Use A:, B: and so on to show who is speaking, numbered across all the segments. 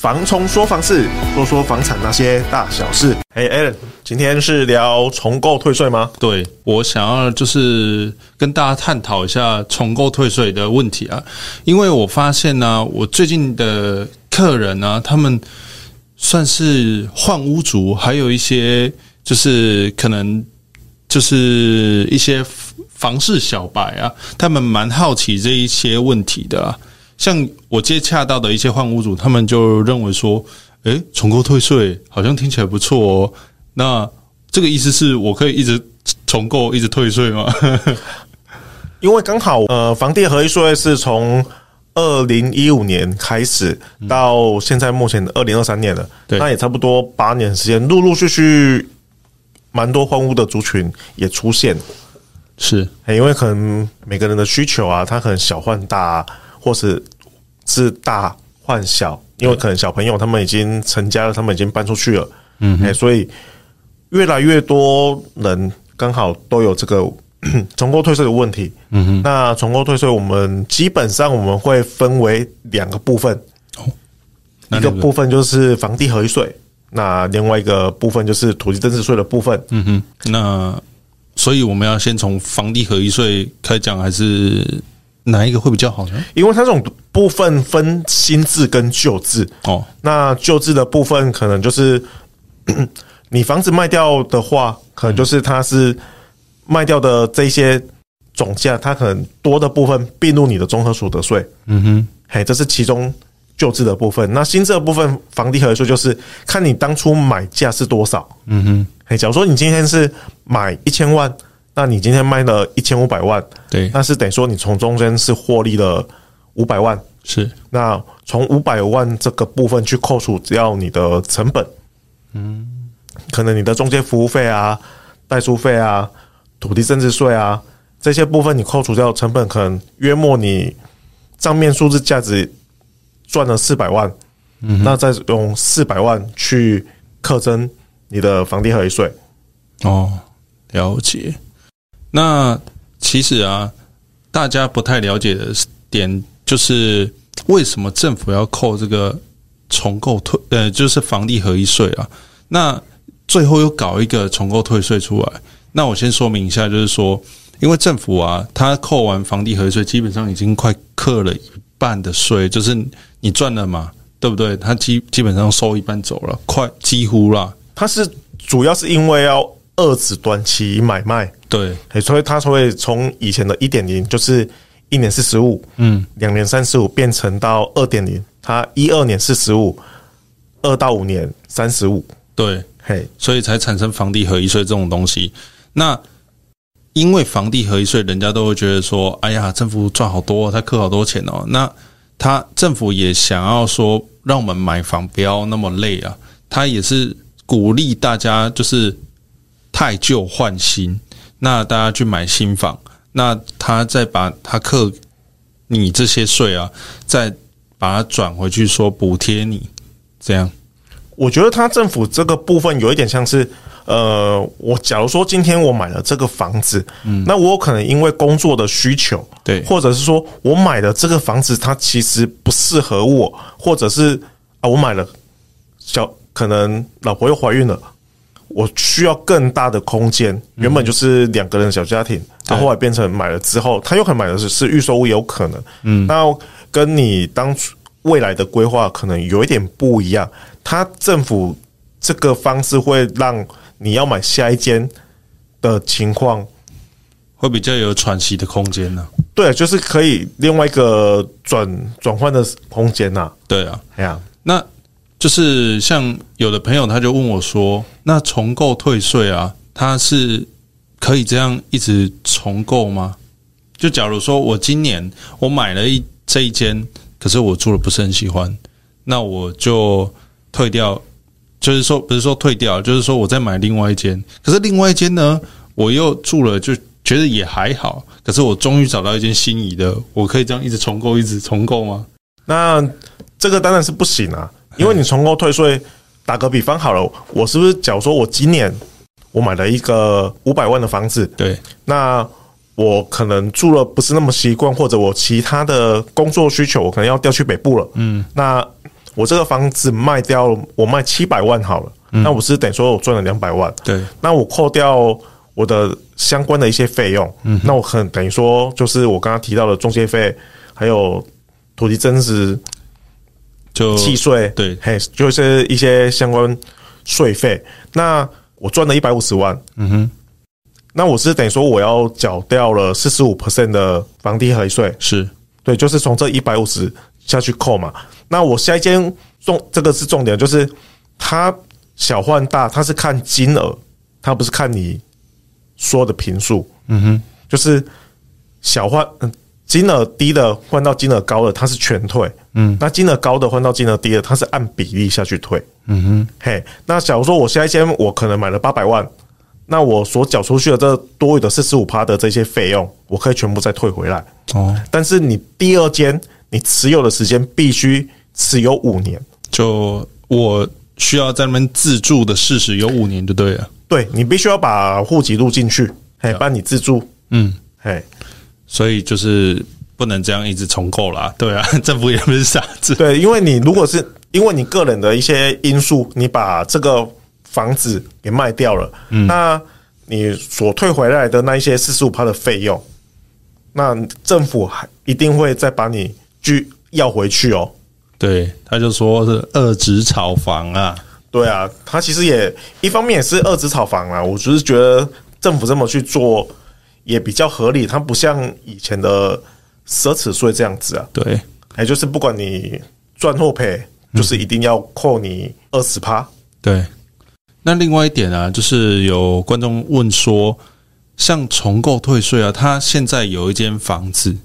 A: 房冲说房事，说说房产那些大小事。哎、a l a n 今天是聊重购退税吗？
B: 对我想要就是跟大家探讨一下重购退税的问题啊，因为我发现呢、我最近的客人呢、他们算是换屋族，还有一些就是可能就是一些房市小白啊，他们蛮好奇这一些问题的啊。像我接洽到的一些换屋主，他们就认为说，诶，重购退税好像听起来不错哦。那这个意思是我可以一直重购，一直退税吗？
A: 因为刚好呃，房地合一税是从二零一五年开始到现在目前的二零二三年了，
B: 对
A: 那也差不多八年时间，陆陆续续蛮多荒芜的族群也出现，
B: 是
A: 哎因为可能每个人的需求啊，他可能小换大，或是是大换小，因为可能小朋友他们已经成家了，他们已经搬出去了，嗯，哎、所以越来越多人刚好都有这个 重购退税的问题，嗯哼，那重购退税我们基本上我们会分为两个部分，
B: 那
A: 一
B: 那
A: 哦个部分就是房地合一税，那另外一个部分就是土地增值税的部分，
B: 嗯哼，那所以我们要先从房地合一税开讲，还是哪一个会比较好呢？
A: 因为它这种部分分新制跟旧制，
B: 哦，
A: 那旧制的部分可能就是 咳你房子卖掉的话，可能就是它是卖掉的这些总价，它可能多的部分并入你的综合所得税。
B: 嗯哼，
A: 嘿，这是其中旧制的部分。那新制的部分，房地合一税就是看你当初买价是多少。
B: 嗯哼，
A: 嘿，假如说你今天是买一千万，那你今天卖了一千五百万，
B: 对，
A: 那是等于说你从中间是获利了五百万。
B: 是
A: 那从五百万这个部分去扣除掉你的成本，嗯，可能你的中介服务费啊、代书费啊、土地增值税啊这些部分，你扣除掉成本，可能约莫你账面数字价值赚了四百万，嗯，那再用四百万去课征你的房地合一税，
B: 哦，了解。那其实啊，大家不太了解的点就是为什么政府要扣这个重购退呃，就是房地合一税啊？那最后又搞一个重购退税出来。那我先说明一下，就是说，因为政府啊，它扣完房地合一税，基本上已经快克了一半的税，就是你赚了嘛，对不对？它基基本上收一半走了，快几乎啦，
A: 它是主要是因为要遏制短期买卖，
B: 对，
A: 欸所以它才会从以前的一点零，就是一年是十五，嗯，两年三十五，变成到二点零，它一二年是十五，二到五年三十五，
B: 对。
A: 嘿，
B: 所以才产生房地合一税这种东西。那因为房地合一税，人家都会觉得说，哎呀，政府赚好多，他扣好多钱哦。那他政府也想要说，让我们买房不要那么累啊，他也是鼓励大家就是太旧换新，那大家去买新房，那他再把他课你这些税啊，再把它转回去说补贴你，这样
A: 我觉得它政府这个部分有一点像是，呃，我假如说今天我买了这个房子，嗯，那我有可能因为工作的需求，
B: 对
A: 或者是说我买的这个房子它其实不适合我，或者是啊我买了小可能老婆又怀孕了，我需要更大的空间。原本就是两个人的小家庭，他、后来变成买了之后，他有可能买的是是预售屋，也有可能，嗯，那跟你当初未来的规划可能有一点不一样。他政府这个方式会让你要买下一间的情况
B: 会比较有喘息的空间呢、
A: 对，就是可以另外一个转转换的空间呐、
B: 对啊，
A: 哎呀，
B: 那就是像有的朋友他就问我说，那重购退税啊，它是可以这样一直重购吗？就假如说我今年我买了一这一间，可是我住的不是很喜欢，那我就退掉，就是说不是说退掉，就是说我再买另外一间，可是另外一间呢，我又住了就。觉得也还好，可是我终于找到一间心仪的，我可以这样一直重购，一直重购吗？
A: 那这个当然是不行啊，因为你重购退税。打个比方好了，我是不是假如说我今年我买了一个五百万的房子，
B: 对，
A: 那我可能住了不是那么习惯，或者我其他的工作需求，我可能要调去北部了。嗯，那我这个房子卖掉了，我卖七百万好了，那我是等于说我赚了两百万，
B: 对，
A: 那我扣掉我的相关的一些费用，那我可能等于说就是我刚刚提到的中介费，还有土地增值
B: 就
A: 契税，
B: 对
A: 嘿，就是一些相关税费。那我赚了一百五十万，
B: 嗯哼，
A: 那我是等于说我要缴掉了四十五 percent 的房地合一税，
B: 是
A: 对，就是从这一百五十下去扣嘛。那我下一间重这个是重点，就是它小换大，它是看金额，它不是看你说的平数，
B: 嗯哼，
A: 就是小换嗯金额低的换到金额高的，它是全退，
B: 嗯，
A: 那金额高的换到金额低的，它是按比例下去退，
B: 嗯哼，
A: 嘿，那假如说我下一间我可能买了八百万，那我所缴出去的这多余的四十五趴的这些费用，我可以全部再退回来。
B: 哦，
A: 但是你第二间你持有的时间必须持有五年，
B: 就我需要在那边自住的事实有五年就对了，
A: 对你必须要把户籍录进去，嘿，帮你自住，
B: 嗯，
A: 嘿，
B: 所以就是不能这样一直重构啦，对啊， 政府也不是傻子，
A: 对，因为你如果是因为你个人的一些因素，你把这个房子给卖掉了，那你所退回来的那一些四十五趴的费用，那政府还一定会再把你去要回去哦。
B: 对，他就说是二职炒房啊，
A: 对啊，他其实也一方面也是遏制炒房啦，我只是觉得政府这么去做也比较合理，它不像以前的奢侈税这样子啊，
B: 对，
A: 也就是不管你赚或赔，就是一定要扣你二十趴。
B: 对，那另外一点啊，就是有观众问说，像重购退税啊，他现在有一间房子，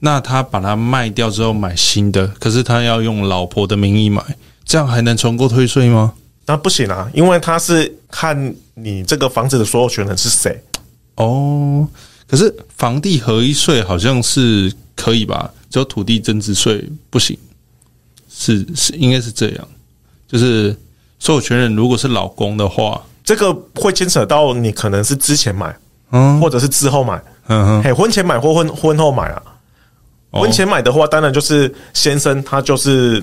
B: 那他把它卖掉之后买新的，可是他要用老婆的名义买，这样还能重购退税吗？
A: 那不行啊，因为它是看你这个房子的所有权人是谁。
B: 哦，可是房地合一税好像是可以吧？只有土地增值税不行，是是应该是这样，就是所有权人如果是老公的话，
A: 这个会牵扯到你可能是之前买，
B: 嗯
A: 或者是之后买，
B: 嗯哼，
A: 嘿，婚前买或婚婚后买啊。
B: 哦
A: 婚前买的话，当然就是先生他就是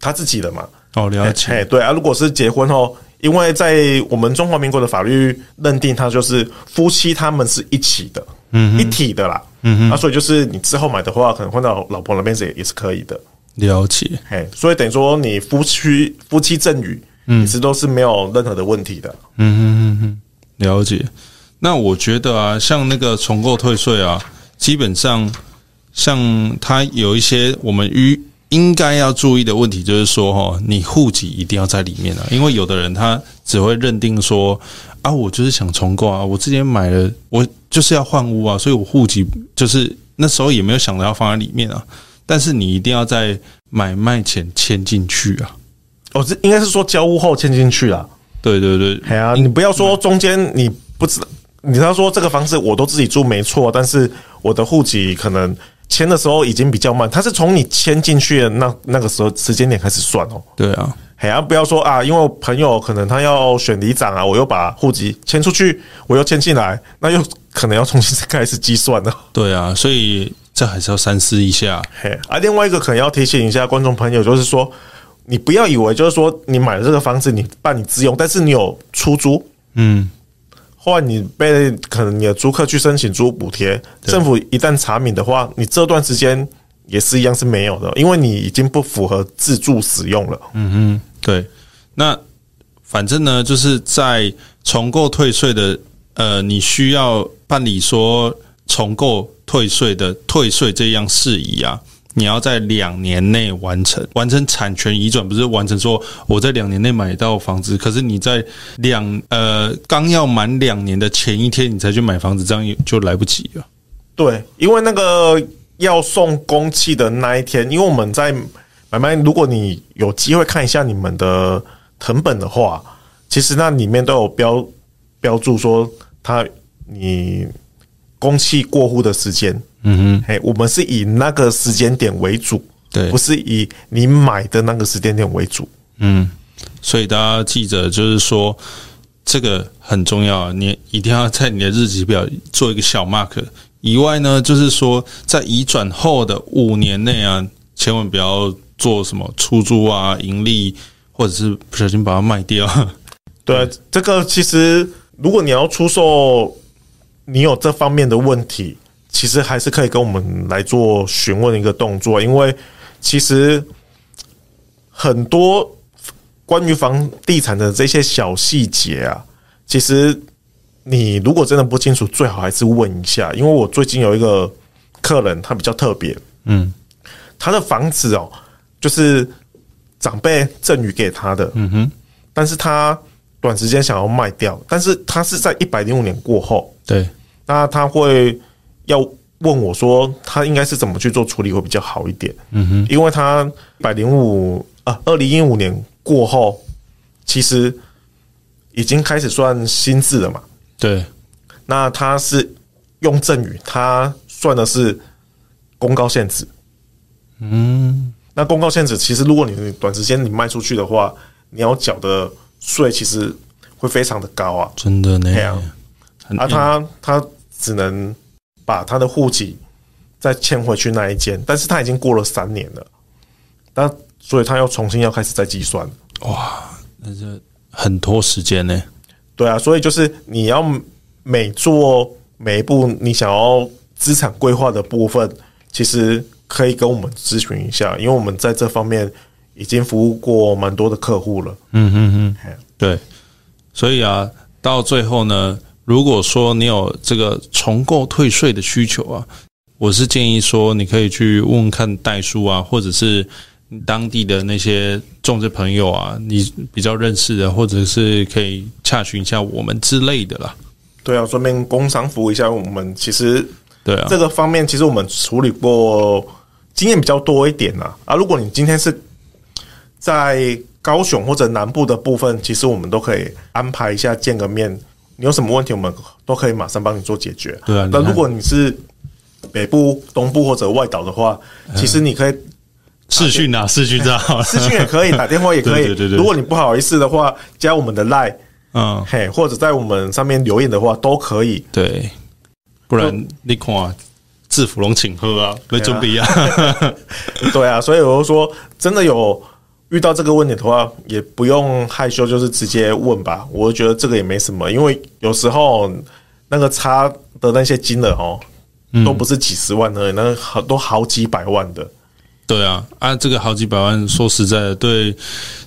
A: 他自己的嘛，
B: 哦了解，
A: 哎，对啊，如果是结婚后，因为在我们中华民国的法律认定，它就是夫妻他们是一起的，嗯，一体的啦，嗯啊，所以就是你之后买的话，可能换到老婆那边是也也是可以的，
B: 了解。
A: 哎，所以等于说你夫妻夫妻赠与，嗯，其实都是没有任何的问题的，
B: 嗯嗯嗯，嗯，了解。那我觉得啊，像那个重购退税啊，基本上像它有一些我们于应该要注意的问题，就是说哈，你户籍一定要在里面啊，因为有的人他只会认定说啊，我就是想重购啊，我之前买了，我就是要换屋啊，所以我户籍就是那时候也没有想着要放在里面啊。但是你一定要在买卖前签进去啊，
A: 哦，这应该是说交屋后签进去啦，
B: 对对对，
A: 哎呀，你不要说中间你不知，你要说这个房子我都自己住没错，但是我的户籍可能签的时候已经比较慢，它是从你签进去的那那个时候时间点开始算哦。
B: 对啊，
A: 哎呀，不要说啊，因为我朋友可能他要选里长啊，我又把户籍迁出去，我又迁进来，那又可能要重新开始计算了。
B: 对啊，所以这还是要三思一下。
A: 嘿，啊，另外一个可能要提醒一下观众朋友，就是说，你不要以为就是说你买了这个房子你办你自用，但是你有出租，
B: 嗯，
A: 后来你被可能你的租客去申请租补贴，政府一旦查明的话，你这段时间也是一样是没有的，因为你已经不符合自住使用了。
B: 嗯对。那反正呢，就是在重购退税的，呃，你需要办理说重购退税的退税这样事宜啊，你要在两年内完成。完成产权移转不是完成说我在两年内买到房子，可是你在两呃刚要满两年的前一天你才去买房子，这样也就来不及了。
A: 对，因为那个要送公契的那一天，因为我们在买卖，如果你有机会看一下你们的藤本的话，其实那里面都有标标注说它你公契过户的时间。
B: 嗯哼，
A: 嘿，我们是以那个时间点为主，
B: 对
A: 不是以你买的那个时间点为主。
B: 嗯，所以大家记着，就是说这个很重要，你一定要在你的日期表做一个小 mark。以外呢，就是说在移转后的五年内啊，千万不要做什么出租啊、盈利，或者是不小心把它卖掉。
A: 对
B: 嗯
A: 啊，这个其实如果你要出售，你有这方面的问题，其实还是可以跟我们来做询问一个动作，因为其实很多关于房地产的这些小细节啊，其实你如果真的不清楚，最好还是问一下，因为我最近有一个客人，他比较特别，
B: 嗯
A: 他的房子哦，就是长辈赠予给他的，
B: 嗯哼，
A: 但是他短时间想要卖掉，但是他是在一百零五年过后，
B: 对，
A: 那他会要问我说，他应该是怎么去做处理会比较好一点？
B: 嗯哼，
A: 因为他一百零五啊，二零一五年过后，其实已经开始算新制了嘛。
B: 对，
A: 那他是用赠与，他算的是公告限制。
B: 嗯，
A: 那公告限制其实，如果你短时间你卖出去的话，你要缴的税其实会非常的高啊。
B: 真的呢
A: 对啊，
B: 很
A: 啊，他他只能把他的户籍再迁回去那一间，但是他已经过了三年了，那所以他要重新要开始再计算。
B: 哇，那这很拖时间呢。
A: 对啊，所以就是你要每做每一步你想要资产规划的部分，其实可以跟我们咨询一下，因为我们在这方面已经服务过蛮多的客户了。
B: 嗯嗯嗯。
A: 嘿
B: 对，所以啊，到最后呢，如果说你有这个重购退税的需求啊，我是建议说，你可以去问问看代书啊，或者是当地的那些中介朋友啊，你比较认识的，或者是可以洽询一下我们之类的啦。
A: 对啊，顺便工商服务一下，我们其实
B: 对啊
A: 这，个方面，其实我们处理过经验比较多一点啦。啊，如果你今天是在高雄或者南部的部分，其实我们都可以安排一下见个面。你有什么问题，我们都可以马上帮你做解决。
B: 对啊你
A: 那
B: 看
A: 如果你是北部、东部或者外岛的话，
B: 嗯
A: 其实你可以
B: 视讯啊， 视讯这样好了。
A: 私信也可以，打电话也可以。
B: 对对对对
A: 如果你不好意思的话，加我们的 line，
B: 嗯，
A: 嘿，或者在我们上面留言的话，都可以。
B: 对，不然你看啊，制服龙请喝啊，没准备啊。
A: 对啊，所以我就说，真的有遇到这个问题的话，也不用害羞，就是直接问吧。我觉得这个也没什么，因为有时候那个差的那些金额哦，都不是几十万而已，那好都好几百万的。
B: 对啊，啊，这个好几百万，说实在的，对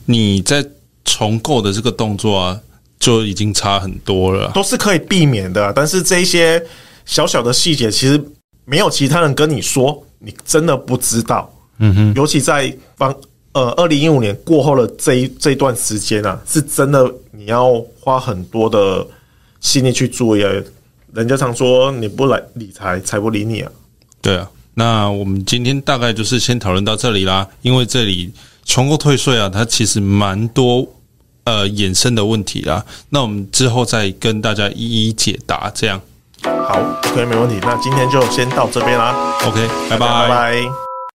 B: 你在重购的这个动作啊，就已经差很多了啊。
A: 都是可以避免的啊、但是这一些小小的细节，其实没有其他人跟你说，你真的不知道。嗯哼，尤其在方呃二零一五年过后的这一这一段时间啊，是真的你要花很多的心力去注意、啊。人家常说你不来理财，财不理你啊。
B: 对啊，那我们今天大概就是先讨论到这里啦，因为这里重购退税啊，它其实蛮多呃衍生的问题啦，那我们之后再跟大家一一解答。这样
A: 好，OK，没问题。那今天就先到这边啦，
B: ，OK，拜
A: 拜
B: 拜
A: 拜